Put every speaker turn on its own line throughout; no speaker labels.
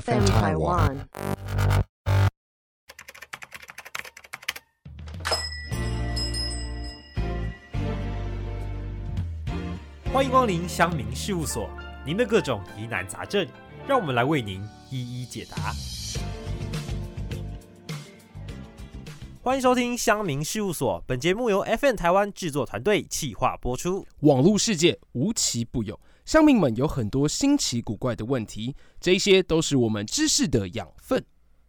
FM Taiwan.
欢迎光临乡民事务所，您的各种疑难杂症，让我们来为您一一解答。欢迎收听乡民事务所，本节目由 FN 台湾制作团队企划播出。
网络世界无奇不有，乡民们有很多新奇古怪的问题，这些都是我们知识的养分。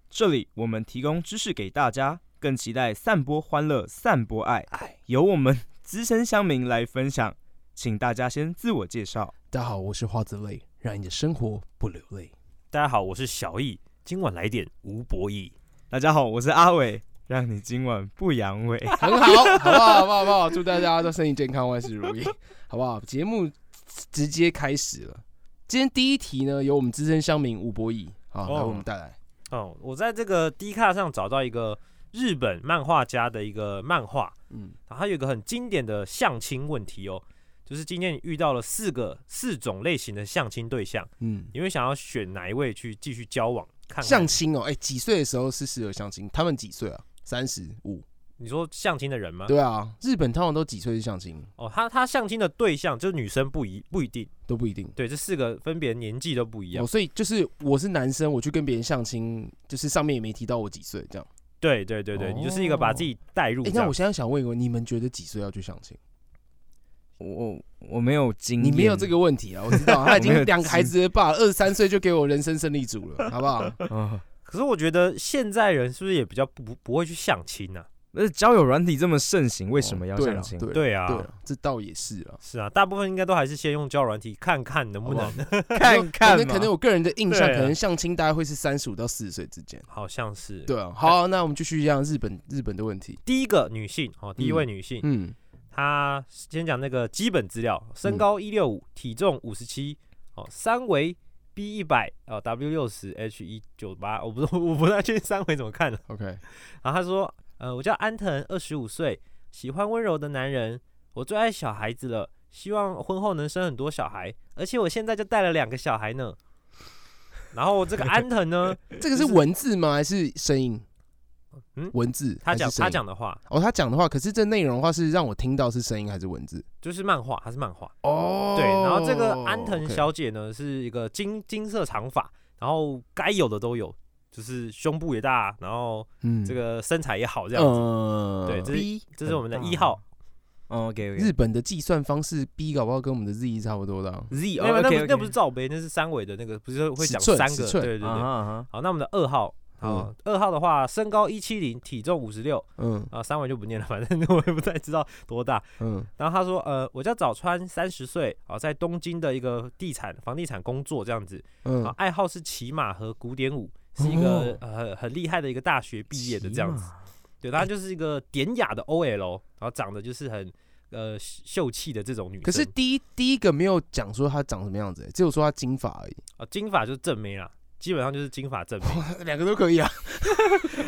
这里我们提供知识给大家，更期待散播欢乐、散播爱，
哎
由我们资深乡民来分享。请大家先自我介绍。
大家好，我是花子泪，让你的生活不流泪。
大家好，我是小易，今晚来点吴博义。
大家好，我是阿伟，让你今晚不阳痿。
很好，好不好？好不好？好不好？祝大家都身体健康，万事如 意，好不好？节目直接开始了。今天第一题呢，由我们资深乡民吴博义，好，
哦
来我们带来。
哦，我在这个 D 卡上找到一个日本漫画家的一个漫画，
嗯，
然后它有一个很经典的相亲问题哦，就是今天你遇到了四个四种类型的相亲对象，
嗯，
你会想要选哪一位去继续交往？看看
相亲哦，哎，几岁的时候是适合相亲？他们几岁啊？三十五。
你说相亲的人吗？
对啊，日本通常都几岁是相亲
哦，他他相亲的对象就是女生不一不一定，
都不一定。
对，这四个分别年纪都不一样。
哦，所以就是我是男生，我去跟别人相亲，就是上面也没提到我几岁这样。
对对对对，你就是一个把自己带入这
哎、那
样。
我现在想问一个问题，你们觉得几岁要去相亲？
我我没有经
你没有这个问题啊，我知道他已
我没
经
有
两个孩子的爸，二十三岁就给我人生胜利组了，好不好？
个， 哦
可是我觉得现在人是不是也比较不不会去相亲啊呢、
那、交友软体这么盛行，为什么要
对
相
了
亲？
对了
对啊，
对了，这倒也是啊。
是啊，大部分应该都还是先用交友软体看看能不能，
看看
可
嘛
能可能我个人的印象，
对啊
可能相亲大概会是三十五到四十岁之间。
好像是。
对啊，好那我们继续讲日本日本的问题。
第一个女性哦，第一位女性，
嗯，
她先讲那个基本资料，身高一六五，体重五十七，哦，三围 B 一百，哦 W 六十，H 一九八，我不是 我不太确定三围怎么看了。
OK，
然后她说，呃，我叫安藤，二十五岁，喜欢温柔的男人，我最爱小孩子了，希望婚后能生很多小孩，而且我现在就带了两个小孩呢。然后这个安藤 呢，
这个是
就是
文字吗？还是声音？
嗯
文字
他
还是
讲
声
他
音
讲的话
哦，他讲的话，可是这内容的话是让我听到是声音还是文字？
就是漫画，他是漫画。
哦
对，然后这个安藤小姐呢是一个金金色长发，然后该有的都有，就是胸部也大，然后
嗯
这个身材也好，这样子。
嗯，
对这是
B
这是我们的
很大
一号，
哦 OK OK
日本的计算方式 B 搞不好跟我们的 Z 差不多的啊。
Z
那
哦
那不
OK
是
OK
那不是罩杯，那是三维的那个，不是会讲
尺寸
三
尺
个？
寸
对对对。
啊哈
好，那我们的二号。好，二号的话，身高一七零，体重五十六，
嗯
啊，三围就不念了，反正 我也不太知道多大。
嗯
然后他说，呃，我叫早川，三十岁，啊，在东京的一个地产房地产工作这样子，啊
嗯，，
爱好是骑马和古典舞，是一个、
哦
呃很厉害的一个大学毕业的这样子。。对，她就是一个典雅的 OL，然后长得就是很呃秀气的这种女生。
可是第一第一个没有讲说他长什么样子，欸只有说他金发而已。
啊、金发就是正妹啦，基本上就是金发正妹。
两个都可以啊。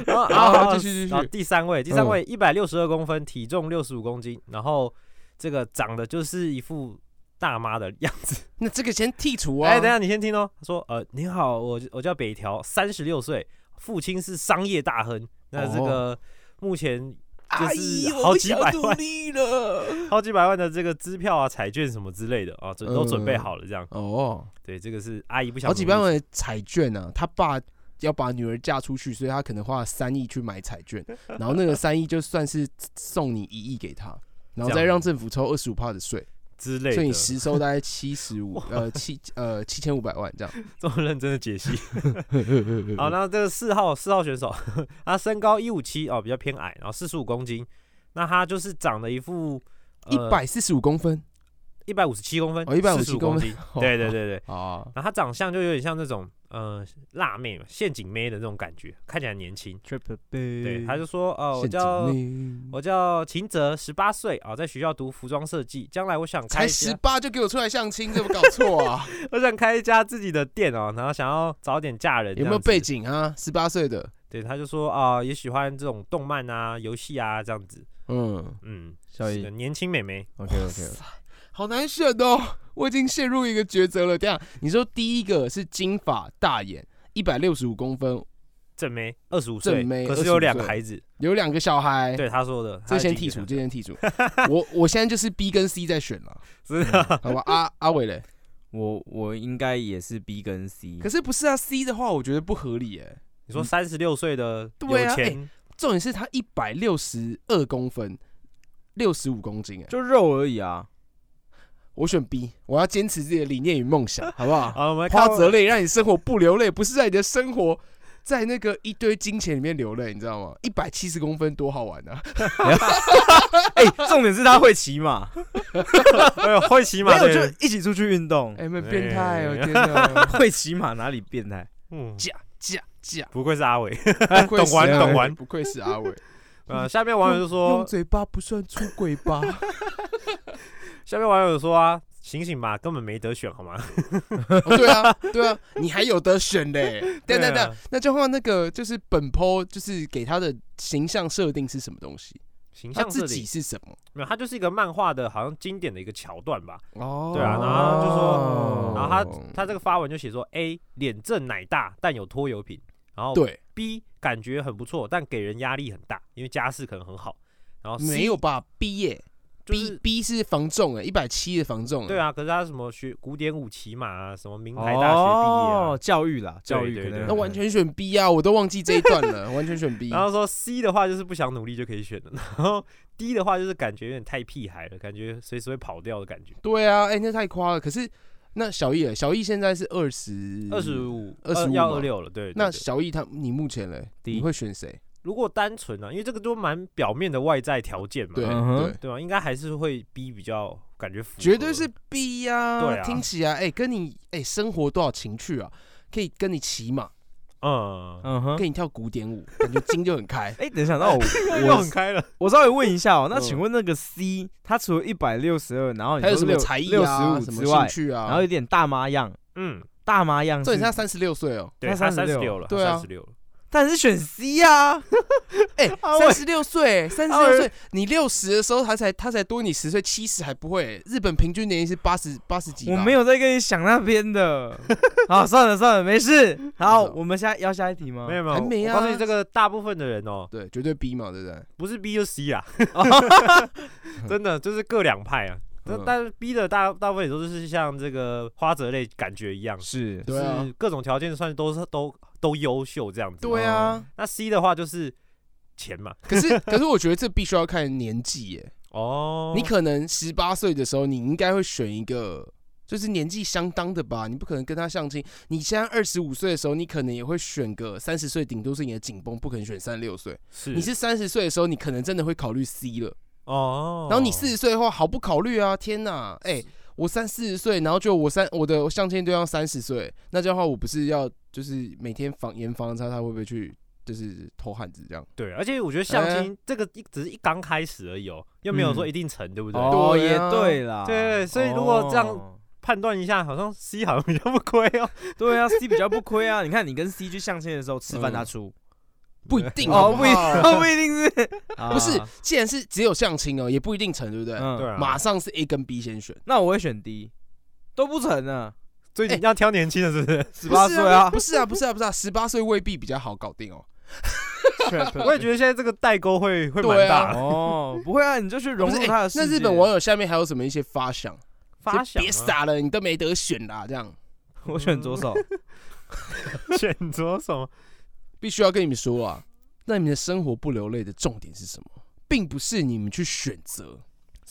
然 后
哦好
然后
继续继续嗯
然后第三位，第三位一百六十二公分，体重六十五公斤，然后这个长得就是一副。大妈的样子，
那这个先剔除啊。
哎、等一下你先听哦。他说，呃，您好，我我叫北条，三十六岁，父亲是商业大亨，那
哦
这个目前
阿
就是
姨，我
好
不
几
想
百
努
万
力了。
好几百万的这个支票啊、彩券什么之类的啊，准都准备好了，这样。
哦，
对，这个是阿姨不想
好几百万的彩券啊，他爸。要把女儿嫁出去，所以他可能花了三亿去买彩 券，然后那个三亿就算是送你一亿给他，然后
这
再
样
让政府抽二十五的税，
之类
所
的
以你，实收大 概七十五呃七呃七千五百万这样。
这么认真的解 析。好，那这个四号四号选手， 他身高一五七哦，比较偏矮，然后四十五公斤，那他就是长了一副呃
一百四十五公分
一百五十七公分，
哦157
45公斤， 对对对对。
啊，
然后他长相就有点像那种呃辣妹嘛，陷阱妹的那种感觉，看起来很年轻。
Triple B，
对，他就说哦，我
陷
叫
阱
我叫秦哲，十八岁啊，在学校读服装设计。将来我想开
才
一
十
家，
八就给我出来相亲，这不搞 错啊？
我想开一家自己的店哦，然后想要早点嫁人。
有
这
没有
样子
背？景啊？十八岁的，
对，他就说啊、也喜欢这种动漫啊、游戏啊这样子。
嗯，
嗯，
小
是
姨
个年轻美眉。
OK OK，
好难选哦，我已经陷入一个抉择了。这样，你说第一个是金发大眼。一百六十五公分，
正妹二十五岁
正妹，
可是有
25
两个
岁
孩子，
有两个小孩，
对他说的，他
这
的
先
经
剔
历
除，
上
这先剔除。 我我现在就是 B 跟 C 在选了，
是的，
好吧？阿阿伟 嘞，
嗯我我应该也是 B 跟 C，
可是不是啊？C 的话，我觉得不合理哎。
你说三十六岁的
对啊
有钱，
重点是他一百六十二公分，六十五公斤哎。
就肉而已啊。
我选 B，我要坚持自己的理念与 梦想，好不好？
啊好，我们来看
花泽类让你生活不流泪，不是在你的生活。在那个一堆金钱里面流泪，你知道吗？一百七十公分多好玩啊！
嗯
哎，重点是他会骑马，
哎呦，会骑
没
马
有
的
就
人，
一起出去运动。
哎、们变态哦，天哪！
哎会骑马哪里变态？
嗯，
假假假！
不愧是阿伟。
不愧
懂
是
玩
阿
懂
伟
玩
不愧是阿伟。
呃，下面网友就说
用，嘴巴不 算出轨吧？
下面网友说啊，醒醒吧，根本没得选好吗？
哦对 啊，对啊，你还有得选嘞！等等
对
等
啊，
那就话那个就是本 PO 就是给他的形象设定是什么东西？
形
他
象设
啊自己
定
是什么？
没有，它就是一个漫画的，好像经典的一个桥段吧。
哦
对啊然后就
说
然后他他这个发文就写说，A 脸正奶大，但有拖油瓶，然后
对
B 感觉很不错，但给人压力很大，因为家世可能很好。然后哦 C
没有吧？B 耶
就
，B
是
B 是防重哎，一百七的防重哎。
对
啊，
啊，可是他什么学古典舞骑马啊，什么名牌大学毕业啊
哦，，教育啦，教育
对
可
对
能
对
那完全选 B 啊，我都忘记这一段 了，完全选 B。
然后说 C 的话就是不想努力就可以选了，然 后 D 的话就是感觉有点太屁孩了，感觉随时会跑掉的感觉。
对啊，哎，那太夸了。可是那小易耶，小易现在是二十，
二十。五、
25嘛
要二六了，对。对
那
对
小易他，你目前嘞，
D
你会选谁？
如果单纯啊，因为这个都蛮表面的外在条件嘛，
对
嗯哼
对。
对吧？应该还是会 B 比较感觉符合，
绝对是 B 呀、
对啊
听起来哎、跟你哎、生活多少情趣啊？可以跟你骑马，
嗯，
嗯哼。
跟。你跳古典舞，感觉筋就很开
哎，等一下，那我
又
我
很开了。
我稍微问一下哦，那
嗯
请问那个 C，他除了一百六十二，然后你
还有
说
什么
六
才艺
六
啊？
十
什
五
么
之
兴
外，
趣啊？
然后有点大妈样，
嗯，
大妈样
重点
是，
是他三十六岁 哦，
对
他
他三十
36
六了，
对啊
三十六了，
但是选 C 啊，
哎、
阿伟
三十六岁，三十
阿
六
伟
岁，你六十的时候他才他才多你十岁，七十还不会、日本平均年龄是八十八十几，
我没
有。
有在跟你想那边的。好，算了算了，没事。好，
没事
我们下要下一题吗？
没有没有，
还没啊
我告诉你，这个大部分的人哦，
对，绝对 B 嘛，对不对？
不是 B 就是 C 啊，真的就是各两派啊。那
嗯
但是 B 的大大部分也都是像这个花泽类感觉一样，
是
对啊
是各种条件算都是都都优秀这样子。哦
对啊，
那 C 的话就是钱嘛，
可是可是我觉得这必须要看年纪耶。
哦，
你可能十八岁的时候，你应该会选一个就是年纪相当的吧，你不可能跟他相亲。你现在二十五岁的时候，你可能也会选个三十岁，顶多是你的紧绷，不可能选三六岁。
是
你是三十岁的时候，你可能真的会考虑 C 了。
哦，
然后你四十岁的话，毫不考虑啊！天哪，哎、我三四十岁，然后就我三我的相亲对象三十岁，那这样的话，我不是要就是每天防严防他，他会不会去就是偷汉子这样？
对，而且我觉得相
哎
亲这个一只是一刚开始而已哦，又没有说
嗯
一定成，对不对？
哦，
对
也
啊
对啦，
对所以如果这样
哦
判断一下，好像 C 好像比较不亏哦。
对啊，C 比较不亏啊。你看你跟 C 去相亲的时候，吃
嗯
饭他出，
不一定
哦，
好
不
不
一
好
不一定是，不
不是，既然是只有相亲哦，也不一定成，对不对？
啊嗯
对啊，
马上是 A 跟 B 先选，
那我会选 D，都不成啊，
最近
哎
要挑年轻的，是不是？
十八岁啊
不，是啊，不是啊，不是啊，十八岁未必比较好搞定哦。
啊
啊
我也觉得现在这个代沟会会蛮
对啊
大的，
哦，不会啊，你就去融
不
入
是
他
哎
的世界。啊
那日本网友下面还有什么一些发想？
发想
别
啊
傻了，你都没得选啦，这样
我选左手，
选择什么？
必须要跟你们说啊，那你们的生活不流泪的重点是什么？并不是你们去选择，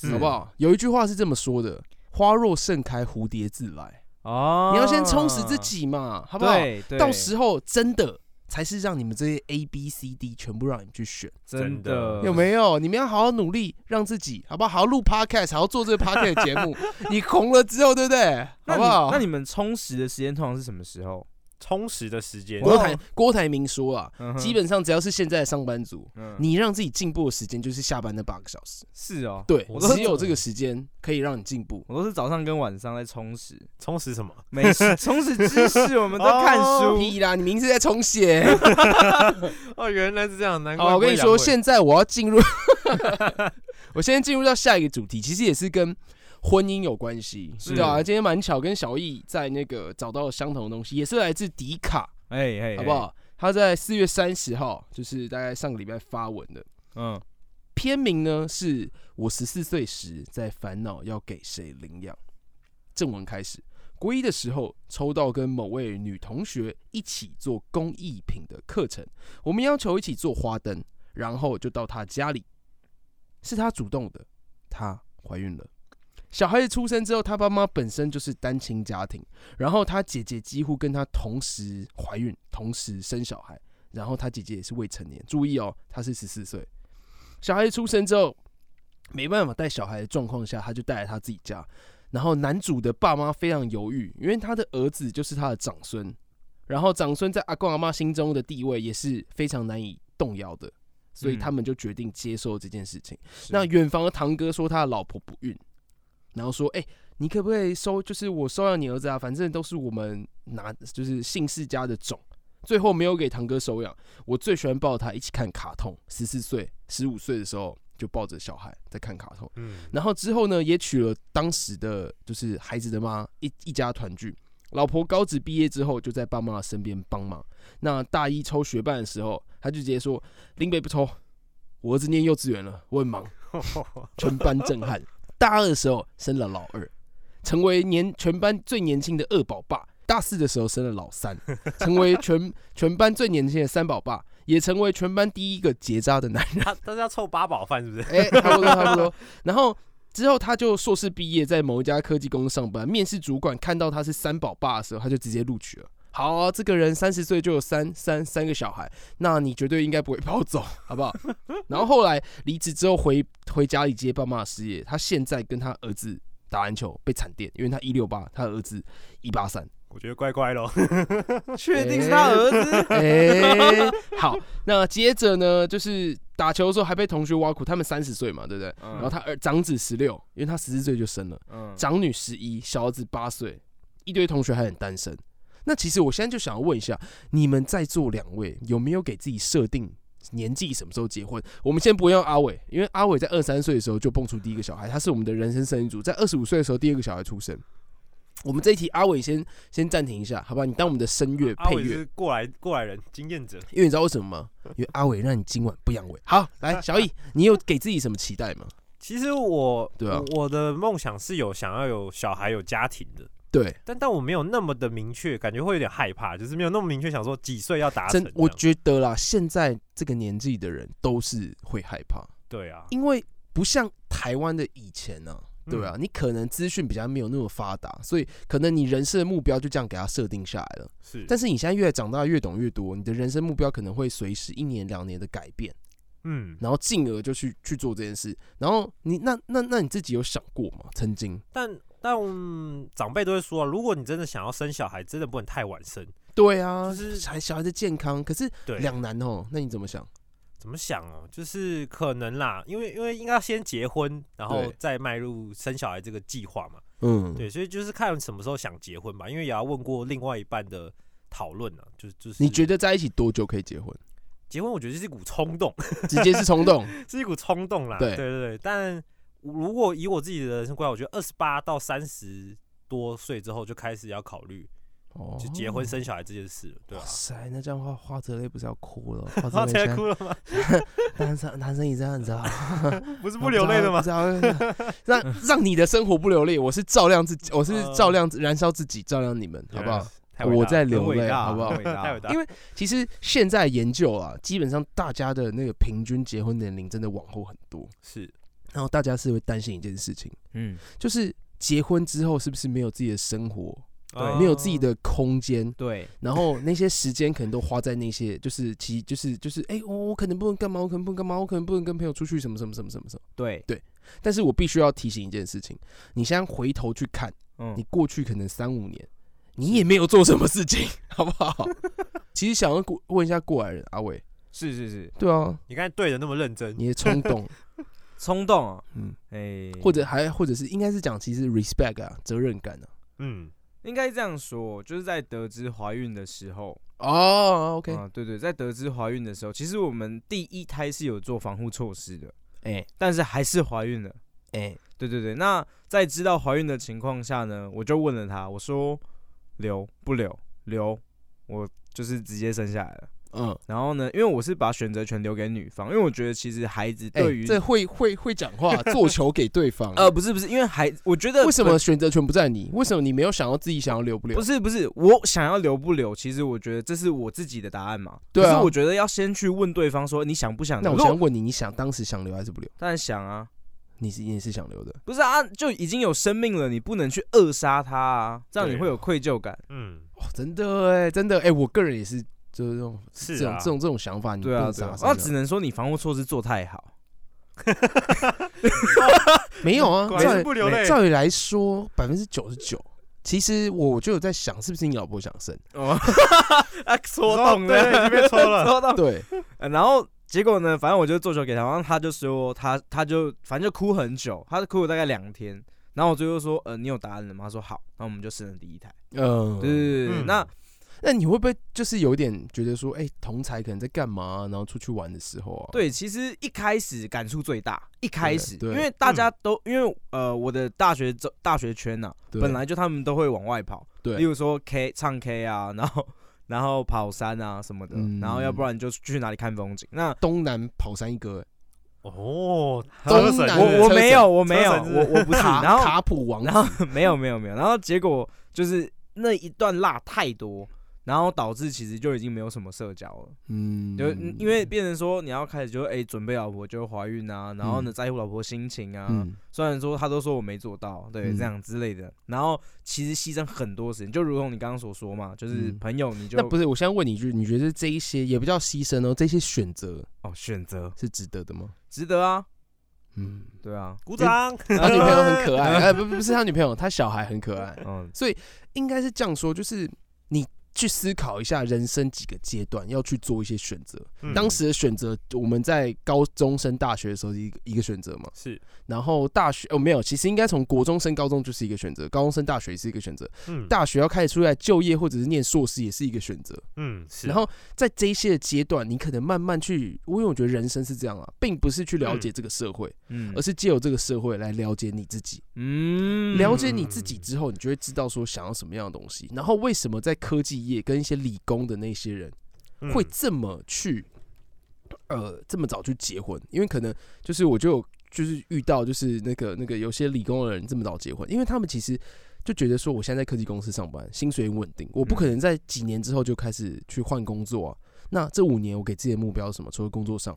嗯
是
好不？好？有一句话是这么说的：花若盛开，蝴蝶自来。
哦，
你要先充实自，己嘛，好不好？
对，对
到时候真的才是让你们这些 A、B、C、D 全部让你们去选。
真
真的
的
有没有？你们要好好努力，让自己好不好？好好录 podcast，好好做这个 podcast 节 目。你红了之后，对不对？
那
好
你
不好？
那你们充实的时间通常是什么时候？
充实的时间
我
郭台郭台铭说啊，
哦嗯哼
基本上只要是现在的上班族，
嗯
你让自己进步的时间就是下班的八个小时。
是哦，
对
我，
只有这个时间可以让你进步。
我都是早上跟晚上在充实
充实什么？
美 食，充实知识，我们在看书。
屁啦！你名字在重 写。
哦，原来是这样，难
好，我跟你说，现在我要进入， 我现在进入到下一个主题，其实也是跟婚姻有关系，
是
对啊，今天蛮巧，跟小易在那个找到了相同的东西，也是来自迪卡。
哎哎，
好不好？他在四月三十号，就是大概上个礼拜发文的，
哎？嗯，
片名呢是我十四岁时在烦恼要给谁领养。正文开始，国一的时候抽到跟某位女同学一起做工艺品的课程，我们要求一起做花灯，然后就到她家里，是她主动的，她怀孕了。小孩子出生之后，她爸妈本身就是单亲家庭，然后她姐姐几乎跟她同时怀孕，同时生小孩，然后她姐姐也是未成年，注意哦，她是十四岁。小孩出生之后，没办法带小孩的状况下，他就带来他自己家。然后男主的爸妈非常犹豫，因为他的儿子就是他的长孙，然后长孙在阿公阿妈心中的地位也是非常难以动摇的，所以
嗯
他们就决定接受这件事情。
是
那远房的堂哥说他的老婆不孕，然后说：“哎、你可不可以收？就是我收养你儿子啊，反正都是我们拿，就是姓氏家的种。”最后没有给堂哥收养。我最喜欢抱他一起看卡通，十四岁、十五岁的时候就抱着小孩在看卡通。
嗯，
然后之后呢，也娶了当时的就是孩子的妈，一一家团聚。老婆高职毕业之后，就在爸妈的身边帮忙。那大一抽学伴的时候，他就直接说：“林北不抽，我儿子念幼稚园了，我很忙。”全班震撼。大二的时候生了老二，成为年全班最年轻的二宝爸；大四的时候生了老三，成为全全班最年轻的三宝爸，也成为全班第一个结扎的男 人。
他他是要凑八宝饭是不 是？
哎、差不多差不多。然后之后他就硕士毕业，在某一家科技公司上班。面试主管看到他是三宝爸的时候，他就直接录取了。好、这个人三十岁就有三三三个小孩，那你绝对应该不会跑走，好 不好？然后后来离职之后回回家里接爸妈的事业，他现在跟他儿子打篮球被惨电，因为他一六八，他儿子一八三。
我觉得乖乖咯。
确定是他儿子？
哎、 好，那接着呢，就是打球的时候还被同学挖苦，他们三十岁嘛，对不对？
嗯
然后他儿长子十六，因为他十四岁就生了，
嗯，
长女十一，小儿子八岁，一堆同学还很单身。那其实我现在就想要问一下，你们在座两位有没有给自己设定年纪什么时候结婚？我们先不用阿伟，因为阿伟在二三岁的时候就蹦出第一个小孩，他是我们的人生胜利组，在二十五岁的时候第二个小孩出生。我们这一题阿伟先先暂停一下，好吧？你当我们的声乐
啊阿
配
伟
乐。
是过来过来人，经验者。
因为你知道为什么吗？因为阿伟让你今晚不阳痿。好， 来，小易，你有给自己什么期待吗？
其实我
对啊
我我的梦想是有想要有小孩有家庭的，
对，
但但我没有那么的明确，感觉会有点害怕，就是没有那么明确想说几岁要达成
真
这样。
我觉得啦，现在这个年纪的人都是会害怕，
对啊，嗯
因为不像台湾的以前呢、对啊，你可能资讯比较没有那么发达，所以可能你人生的目标就这样给它设定下来了。
是，
但是你现在越长大，越懂越多，你的人生目标可能会随时一年两年的改变，
嗯，
然后进而就去去做这件事。然后你那那那你自己有想过吗？曾经？
但但、嗯长辈都会说啊，如果你真的想要生小孩，真的不能太晚生。
对啊，
就是
小孩小孩子健康，可是
对，
两难哦，那你怎么想？
怎么想哦？就是可能啦，因为因为应该要先结婚，然后
对
再迈入生小孩这个计划嘛。
嗯，
对，所以就是看什么时候想结婚吧，因为也要问过另外一半的讨论啊。就就是
你觉得在一起多久可以结婚？
结婚，我觉得是一股冲动，
直接是冲动，
是一股冲动啦。对
对
对对，但如果以我自己的人生规划，我觉得二十八到三十多岁之后就开始要考虑
哦
就结婚。生小孩这件事了，对啊
哇
吧、
塞，哦那这样的话，花泽类不是要哭了？ 花
啊？
泽类
才
现在
哭了 吗？
男生男生也这样子啊，
不 是不流泪的吗
不？知道？不知道 让让你的生活不流泪，我是照亮自己，我是
呃
照亮燃烧自己，照亮你们，好不好？？
啊太伟大
我
了
在
很
流
伟
泪，
大
好不好
很？伟大
太伟大
因
了，
为其实现在研究啊，基本上大家的那个平均结婚年龄真的往后很多，
是
然后大家是会担心一件事情。
嗯，
就是结婚之后是不是没有自己的生活，
对
没有自己
哦
的空间，
对，
然后那些时间可能都花在那些，就是其就是就是，哎、我我可能不能干嘛，我可能不能干嘛，我可能不能跟朋友出去，什么什么什么什么什么。
对，
但是我必须要提醒一件事情，你现在回头去看，
嗯
你，过去可能三五年，你也没有做什么事情， 好不好？其实想要过问一下过来人阿伟，
是是是，
对啊，
你刚才对的那么认真，
你的冲 动，
冲动啊，
嗯，
哎，
或者还或者是应该是讲其实 respect 啊，责任感啊。
嗯，
应该这样说，就是在得知怀孕的时候，
哦，OK，
啊，对对，在得知怀孕的时候，其实我们第一胎是有做防护措施的，
哎
但是还是怀孕了。
哎，
对对对，那在知道怀孕的情况下呢，我就问了他，我说留不留？留，我就是直接生下来了。
嗯，
然后呢，因为我是把选择权留给女方，因为我觉得其实孩子
哎、
对于、
这会会会讲 话，做球给对方。
呃不是不是，因为孩我觉得
为什
本
么选择权不在你？为什么你没有想要自己想要留不留
不？是不是，我想要留不留，其实我觉得这是我自己的答案嘛。
对啊
可是我觉得要先去问对方说你想不想
那
留。
我
如果
想问你，你想当时想留还是不留？
当然想啊，
你是你是想留的，
不是啊，就已经有生命了，你不能去扼杀它啊，这样你
对
会有愧疚感。
嗯，
哦，真的哎、真的哎、我个人也是，就是这种、
是
这种
啊
这种这种想法，你不
对啊，
能
对
杀
啊，
生
那
啊
只能说你防护措施做太 好。
没有啊，
果
照
然是
理
不流泪。
照理来说，百分之九十九，其实我就有在想，是不是你老婆想生？
哦， 啊，戳
动了对 对 被戳了
戳动。
对，
呃然后结果呢，反正我就做球给他，然后他就说他他就反正就哭很久，他就哭了大概两天。然后我最后说，呃，你有答案了吗？他说好，那我们就生了第一胎。
嗯，
对对对对，
嗯
那
那你会不会就是有点觉得说，哎、同才可能在干嘛啊、然后出去玩的时候啊，，
对，其实一开始感触最大，一开始，
对嗯
因为大家都因为呃，我的大学周大学圈呐、
对
本来就他们都会往外跑，
对
例如说 K 唱 K 啊，然后然后跑山啊什么的，
嗯
然后要不然就去哪里看风景。那
东南跑山一哥、
哦，
东
车神
南
是不是
我我
车
没
神
有，我没有，
车神是不
我
是
我不
欸
是，
卡
然后
卡普王啊
然后没有没有没有，然后结果就是那一段辣太多。然后导致其实就已经没有什么社交了，
嗯
就因为变成说你要开始就哎、准备老婆就怀孕啊，然后呢
嗯
在乎老婆心情啊，
嗯
虽然说他都说我没做到，对，
嗯
这样之类的。然后其实牺牲很多时间，就如同你刚刚所说嘛，就是
嗯
朋友你就、
那不是，我现在问你一句，你觉得这一些也不叫牺牲哦，这些选择
哦选择
是值得的吗？
值得啊，
嗯，
对啊，
鼓掌。
他女朋友很可爱，哎，不不不是他女朋友，他小孩很可爱，
嗯，
应该是这样说，就是你去思考一下人生几个阶段要去做一些选择。
嗯
当时的选择，我们在高中升大学的时候是一个一个选择嘛，
是，
然后大学哦没有，其实应该从国中升高中就是一个选择，高中升大学也是一个选择，
嗯，
大学要开始出来就业或者是念硕士也是一个选择。
嗯是啊，
然后在这一些的阶段，你可能慢慢去，因为我觉得人生是这样啊，并不是去了解这个社会，
嗯
而是借由这个社会来了解你自己。
嗯
了解你自己之后，你就会知道说想要什么样的东西。然后为什么在科技业跟一些理工的那些人
嗯
会这么去，呃，这么早去结婚？因为可能就是我就有就是遇到就是那个那个有些理工的人这么早结婚，因为他们其实就觉得说我现在在科技公司上班，薪水很稳定，我不
嗯
可能在几年之后就开始去换工作啊。那这五年我给自己的目标是什么？除了工作上。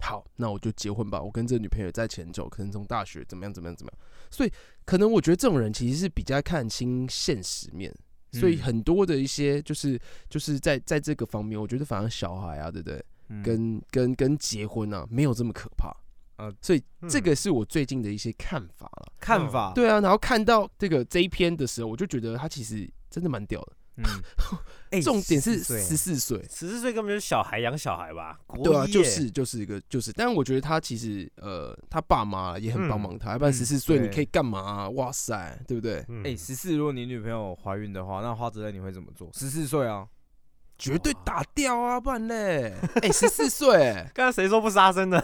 好，那我就结婚吧。我跟这女朋友在前久，可能从大学怎么样怎么样怎么样，所以可能我觉得这种人其实是比较看清现实面，所以
嗯
很多的一些就是就是在在这个方面，我觉得反而小孩啊，对不对？
嗯
跟跟跟结婚啊，没有这么可怕。
呃
所以
嗯
这个是我最近的一些看法了。
看法，
对啊，然后看到这个这一篇的时候，我就觉得他其实真的蛮屌的。
嗯， 哎
重点是
14岁
十四岁，
十四岁根本就是小孩养小孩吧？国
对啊，
一耶
就是就是一个就是，但我觉得他其实呃，他爸妈也很帮忙他，要不然
嗯
十四岁你
对
可以干嘛啊、哇塞，对不对？
嗯
哎十四，如果你女朋友怀孕的话，那花泽类你会怎么做？十四岁啊，
绝对打掉啊，不然嘞，哎、十四岁，
刚才谁说不杀生的？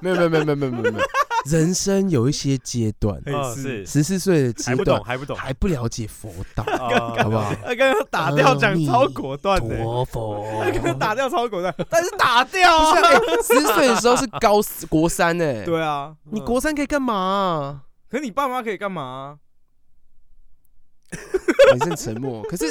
没有没有没有没有没有没有没有，人生有一些阶段，
哦是
十四岁的
还
阶
不
段
懂，还不懂，啊哦
还不了解佛道，
好
好不好？？
他刚刚打掉讲超果断的，
陀佛，
他刚刚打掉超果断，但是打掉啊，
哎十四岁的时候是高四国三哎、
对啊，
你国三可以干嘛啊、
可你爸妈可以干嘛啊？
很是沉默，可是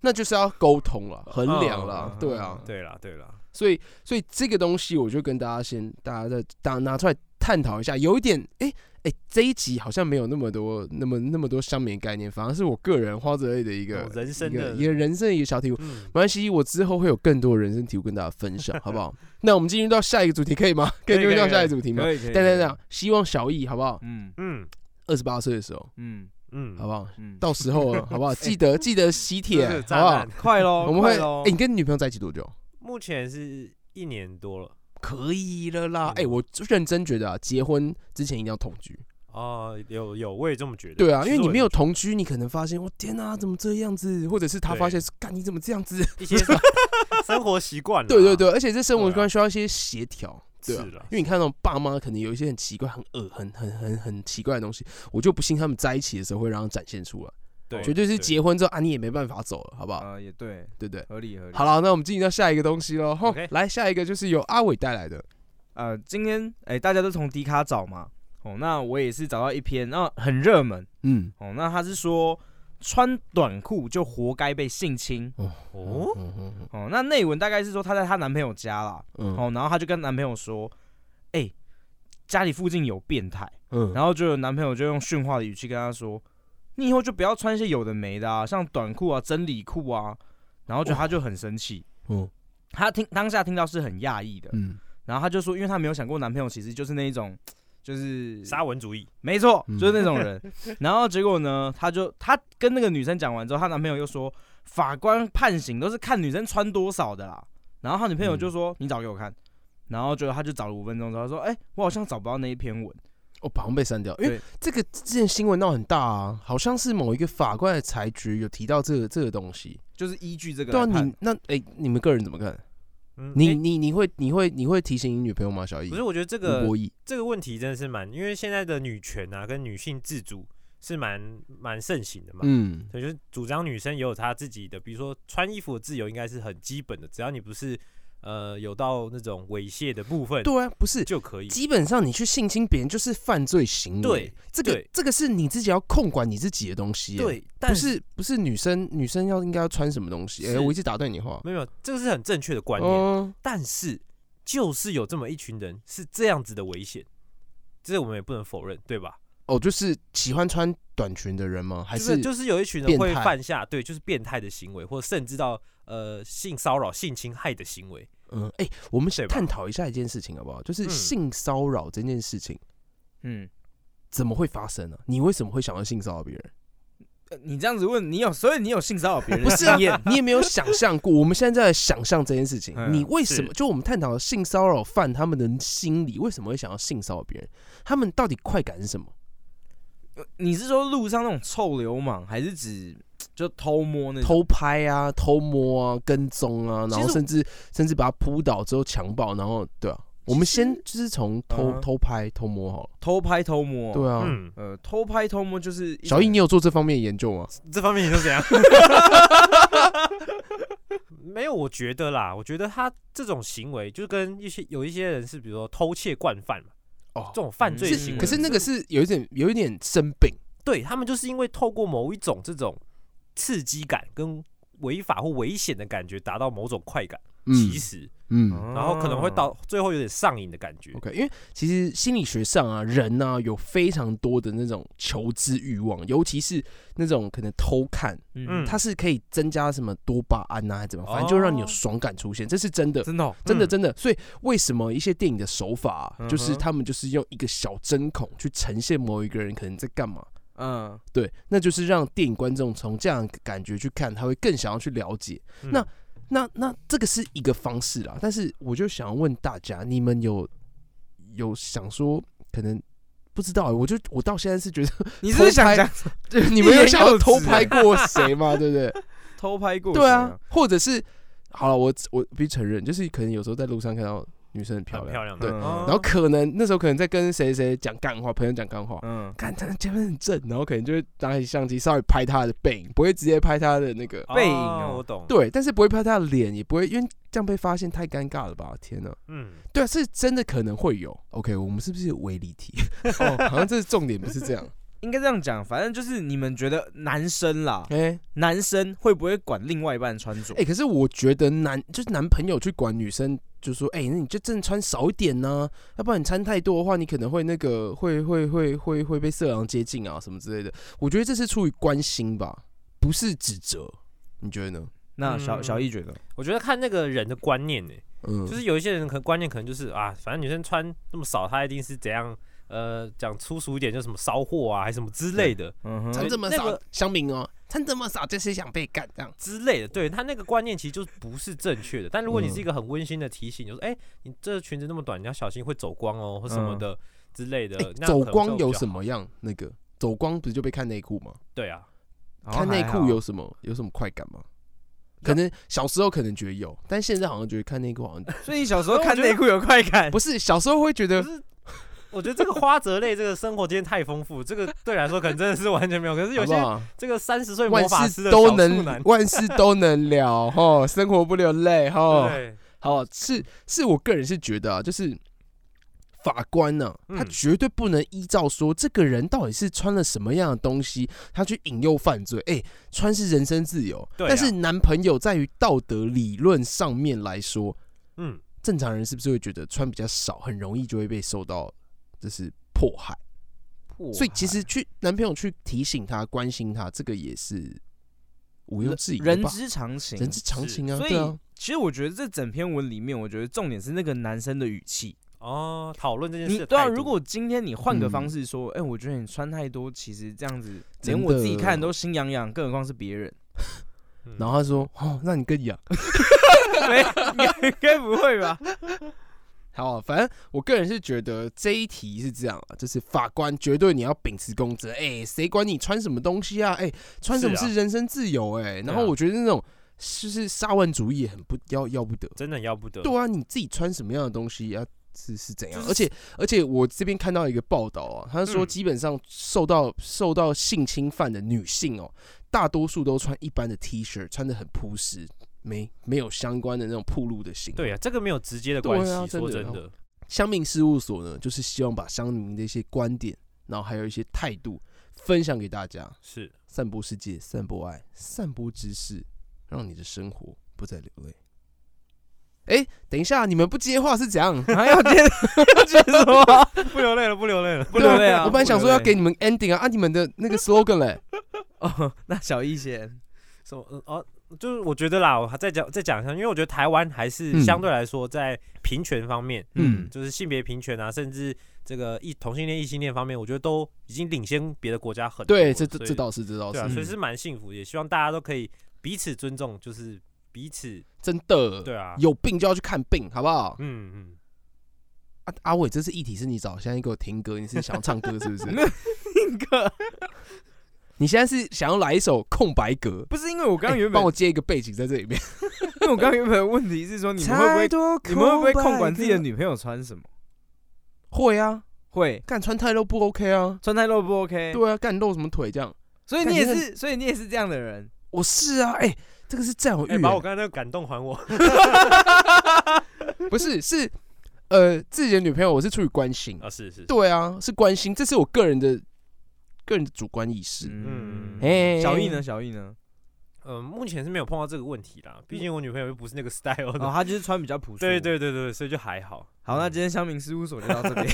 那就是要沟通了，衡量了
嗯，
对啊，
对啦对啦，
所以所以这个东西我就跟大家先大家再大拿出来探讨一下，有一点哎。哎、这一集好像没有那么多、那么那么多乡民概念，反而是我个人花泽类的一个、
哦人生
一个
的
一个人生的一个小体悟。
嗯
没关系，我之后会有更多人生体悟跟大家分享，好不好？那我们进入到下一个主题可以吗？可以进入到下一个主题吗？
可以可以，
等等等，希望小易好不好？
嗯
嗯
二十八岁的时候，
嗯
嗯，
好不好？
嗯，
到时候了，好不好？记得记得喜帖，
这是啊哦
好
渣
不好
男？
快喽，
我们会，
快喽
哎，你跟你女朋友在一起多久？
目前是一年多了
可以了啦
嗯
哎，我认真觉得啊，结婚之前一定要同居。
哦，有有，我也这么觉得。
对啊，
其
因
实
为你
我也
没有同居，你可能发现，我天哪，怎么这样子？或者是他
对啊
发现是，干你怎么这样子？
一些 生活习惯啦，
对对对，而且这生活
对啊
观需要一些协调。对啊
是啦，
因为你看到爸妈可能有一些很奇怪、很恶、很很很很奇怪的东西，我就不信他们在一起的时候会让他展现出来。
对，
绝对是结婚之后啊，你也没办法走了，好不好？
啊，也对，
对不对？
合理合理。
好了，那我们进行到下一个东西喽。吼
OK
来下一个就是由阿伟带来的，
呃，今天哎、大家都从迪卡找嘛，哦，那我也是找到一篇，那、很热门
嗯，
哦，那他是说穿短裤就活该被性侵
哦，
嗯嗯
哦，那内文大概是说她在她男朋友家啦，
嗯
哦，然后她就跟男朋友说，哎、家里附近有变态，
嗯，
然后就有男朋友就用训话的语气跟她说，你以后就不要穿一些有的没的啊，像短裤啊、真理裤啊，然后就她就很生气，
嗯
她听当下听到是很讶异的，
嗯，
然后她就说，因为她没有想过男朋友其实就是那一种，就是
沙文主义，
没错，
嗯
就是那 种人。然后结果呢，她就她跟那个女生讲完之后，她男朋友又说，法官判刑都是看女生穿多少的啦。然后她女朋友就说，你找给我看。然后就她就找了五分钟之后，她说，哎、我好像找不到那一篇文。
哦，好像被删掉，因为
对
这个之前新闻闹很大啊，好像是某一个法官的裁决有提到这个这个东西。
就是依据这个
对啊，
来判，
你那哎、你们个人怎么看？
嗯
你
诶
你你会你会你会提醒你女朋友吗？小易
不，是，我觉得这
吴
个
博义，
这个问题真的是蛮，因为现在的女权啊跟女性自主是蛮蛮盛行的嘛，
嗯
所以就是主张女生也有她自己的，比如说穿衣服的自由应该是很基本的，只要你不是呃有到那种猥亵的部分，
对啊，不是，
就可以。
基本上你去性侵别人就是犯罪行为，
对，
这个
对
这个是你自己要控管你自己的东西，，
对，但
不是不是女生女生要应该要穿什么东西？哎、
是
我一直打断你话，
没有没有，这个是很正确的观念，
嗯，
但是就是有这么一群人是这样子的危险，这我们也不能否认，对吧？
哦，就是喜欢穿短裙的人吗？还
就是
是
就是有一群人
变
会
态
犯下对，就是变态的行为，或甚至到呃性骚扰、性侵害的行为。
嗯，哎、我们
对吧
探讨一下一件事情好不好？就是
嗯
性骚扰这件事情
嗯，
怎么会发生呢、你为什么会想要性骚扰别人？
呃你这样子问，你有，所以你有性骚扰别人
不
的
是啊
经验，
你也没有想象过，我们现在在想象这件事情，
嗯
你为什么？
是
就我们探讨性骚扰犯他们的心理，为什么会想要性骚扰别人？他们到底快感是什么？
你是说路上那种臭流氓，还是指就偷摸那
嗯
种？
偷拍啊，偷摸啊，跟踪啊，然
其
后
实
甚至甚至把他扑倒之后强暴，然后对啊，我们先就是从偷
嗯
偷拍、偷摸好了。
偷拍偷摸？
对啊，
嗯，
呃，偷拍偷摸就是一
小易，
种
你有做这方面的研究吗？
这方面你都怎样？ 没有，我觉得啦，我觉得他这种行为就跟一些有一些人是，比如说偷窃惯犯嘛，
哦
这，种犯罪
是
行为。
可是那个是有一点有一点生病，
对他们就是因为透过某一种这种刺激感跟违法或危险的感觉，达到某种快感，其实，
嗯。
然后可能会到最后有点上瘾的感觉。
OK，因为其实心理学上啊，人呢、有非常多的那种求知欲望，尤其是那种可能偷看，
嗯
嗯
它是可以增加什么多巴胺啊，还是怎么，反正就让你有爽感出现，这是真的，
哦真的哦
真的
嗯
真的。所以为什么一些电影的手法、啊，
嗯哼
就是他们就是用一个小针孔去呈现某一个人可能在干嘛？
嗯，
对，那就是让电影观众从这样的感觉去看，他会更想要去了解。
嗯
那那这个是一个方式啦，但是我就想问大家，你们有有想说可能不知道欸、我就我到现在是觉得，
你是不是想讲
你们有想要
幼稚
偷拍过谁吗？对不对？
偷拍过？
对啊，，或者是好了，我我必须承认，就是可能有时候在路上看到女生很漂
很漂
亮，
亮，
对，
嗯
哦
然后可能那时候可能在跟谁谁讲干话，朋友讲干话。
嗯，
看她前面很正，然后可能就会拿起相机稍微拍她的背影，不会直接拍她的那个
哦
背影哦
我懂，，
对，但是不会拍他的脸，也不会，因为这样被发现太尴尬了吧？天哪！
嗯，
对啊，是真的可能会有。OK，我们是不是有微离题？ 哦，好像这是重点，不是这样。
应该这样讲，反正就是你们觉得男生啦，
哎、
男生会不会管另外一半穿着
哎、？可是我觉得男就是男朋友去管女生，就说哎、那你就真的穿少一点呢、要不然你穿太多的话，你可能会那个会会会会会被色狼接近啊什么之类的。我觉得这是出于关心吧，不是指责。你觉得呢？
那小
嗯
小易觉得，
我觉得看那个人的观念呢、
嗯，
就是有一些人可能观念可能就是啊，反正女生穿那么少，她一定是怎样，呃，讲粗俗一点就什么骚货啊，还什么之类的
嗯哼，
穿这么
那
少
个，
香民哦，穿这么少就是想被干这样。
之类的。对他那个观念其实就不是正确的。但如果你
嗯
是一个很温馨的提醒，就是哎、你这裙子那么短，你要小心会走光哦，或什么
嗯
的之类的
欸。
呃那
走
可能就
光
比较
有什
好？
么样？那个走光不是就被看内裤吗？
对 啊，
好
看
像
内
还
裤
好
有什么有什么快感吗？可能小时候可能觉得有， 但现在好像觉得看内裤好像
所以你小时候看内裤有快感
不是小时候会觉得
可是 我觉得这个花泽类这个生活经验太丰富，这个对来说可能真的是完全没有。可是有
好不
些
好？
这个三十岁魔
万
法师
事
的
都
小处
能
男，，
万事都能聊哈，生活不流泪哈。
对，
好，是是我个人是觉得啊，就是法官呢、
嗯
他绝对不能依照说这个人到底是穿了什么样的东西，他去引诱犯罪。哎、穿是人身自由，
对啊
但是男朋友在于道德理论上面来说，
嗯，
正常人是不是会觉得穿比较少，很容易就会被受到就是迫害？所以其实去男朋友去提醒他、关心他，这个也是毋庸置疑的
人
吧
之常情，
人之常情啊，
所以
对啊，
其实我觉得这整篇文里面，我觉得重点是那个男生的语气。
哦，讨论这件事
你
的
对啊，
态度
如果今天你换个方
嗯
式说，哎、我觉得你穿太多，其实这样子
真
连我自己
的
看都心痒痒，更何况是别 人。
嗯
然后他说：“哦，那你更痒。”
没，该该不会吧？
好，反正我个人是觉得这一题是这样啊，就是法官绝对你要秉持公正，哎、谁管你穿什么东西啊？哎、穿什么
是啊
是人身自由、哎、然后
对啊
我觉得那种就是沙文主义也很不要要不得。
真的要不得，
对啊，你自己穿什么样的东西啊？是是怎样？
就是
而且而且我这边看到一个报道啊，他说
嗯
基本上受到、受到性侵犯的女性哦，大多数都穿一般的 T 恤，穿的很朴实，没没有相关的那种铺路的行为。
对啊，这个没有直接的关
对啊
系，说
真
真
的
的，
乡民事务所呢，就是希望把乡民的一些观点，然后还有一些态度分享给大家，
是
散播世界，散播爱，散播知识，让你的生活不再流泪。哎，等一下，你们不接话是怎样？
还要接要接什么？
不流泪了，不流泪了，
不流泪啊！
我本来想说要给
你
你们 ending 啊，按你们的那个 slogan 嘞。
哦，那小一先，
什么呃哦。就是我觉得啦，我还再讲再讲一下，因为我觉得台湾还
嗯
是相对来说在平权方面，
嗯
就是性别平权啊，甚至这个异同性恋、异性恋方面，我觉得都已经领先别的国家很多
啊
了。
对，这这
所以
这倒是，这倒
对啊，
是
所以是蛮幸福的，也希望大家都可以彼此尊重，就是彼此
真的。
对啊，
呃有病就要去看病，好不好？
嗯嗯，
阿阿伟，这次议题是你找，现在给我听歌，你是想唱歌是 不
没
是？
有那个
你现在是想要来一首空白格？
不是因为我刚刚原
哎
本
帮我，接一个背景在这里 面。
因为我刚刚原本的问题是说，你们会不会你们会不会控管自己的
啊
女朋友穿什么？
会啊，
会
干穿太露不 OK 啊？
穿太露不 OK？
对啊，干露什么腿这样？
所以你也
感觉
是，所以你也是这样的人。
我是啊，哎、这个是占有欲
哎、
欸、
把我刚才那个感动还我。
不是是呃自己的女朋友，我是出于关心。
啊，是是，
对啊，是关心，这是我个人的个人的主观意识。
嗯，
哎
小易呢？小易呢？
嗯、目前是没有碰到这个问题啦，毕竟我女朋友又不是那个 style 的。
哦，他就是穿比较朴素。
对。对对对，所以就还好。
好，
嗯
那今天乡民事务所就到 这边，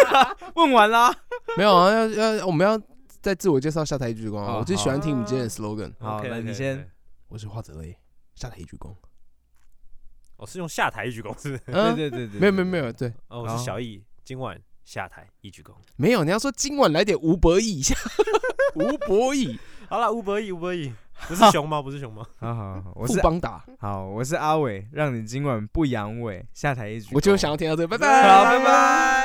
问完啦。
没有啊， 要要我们要再自我介绍，下台一鞠躬啊！
哦
我最喜欢听你们今天的 slogan，
好
OK，
那你
OK，
先
OK。
我是花泽类，下台一鞠躬。
我、是用下台一鞠躬是不是？
对
嗯，
对对对，
没有没
对
有没。有，对，
哦，我
好
是小易，今晚下台一鞠躬。
没有。你要说今晚来点吴博义一下，吴博义，
好了，五百亿，五百亿，不是熊猫，不是熊猫。
好好好，我
富
是
邦达，
好，我是阿伟，让你今晚不阳痿，下台一局。哦
我就想要听到这个，拜拜，
好，拜拜。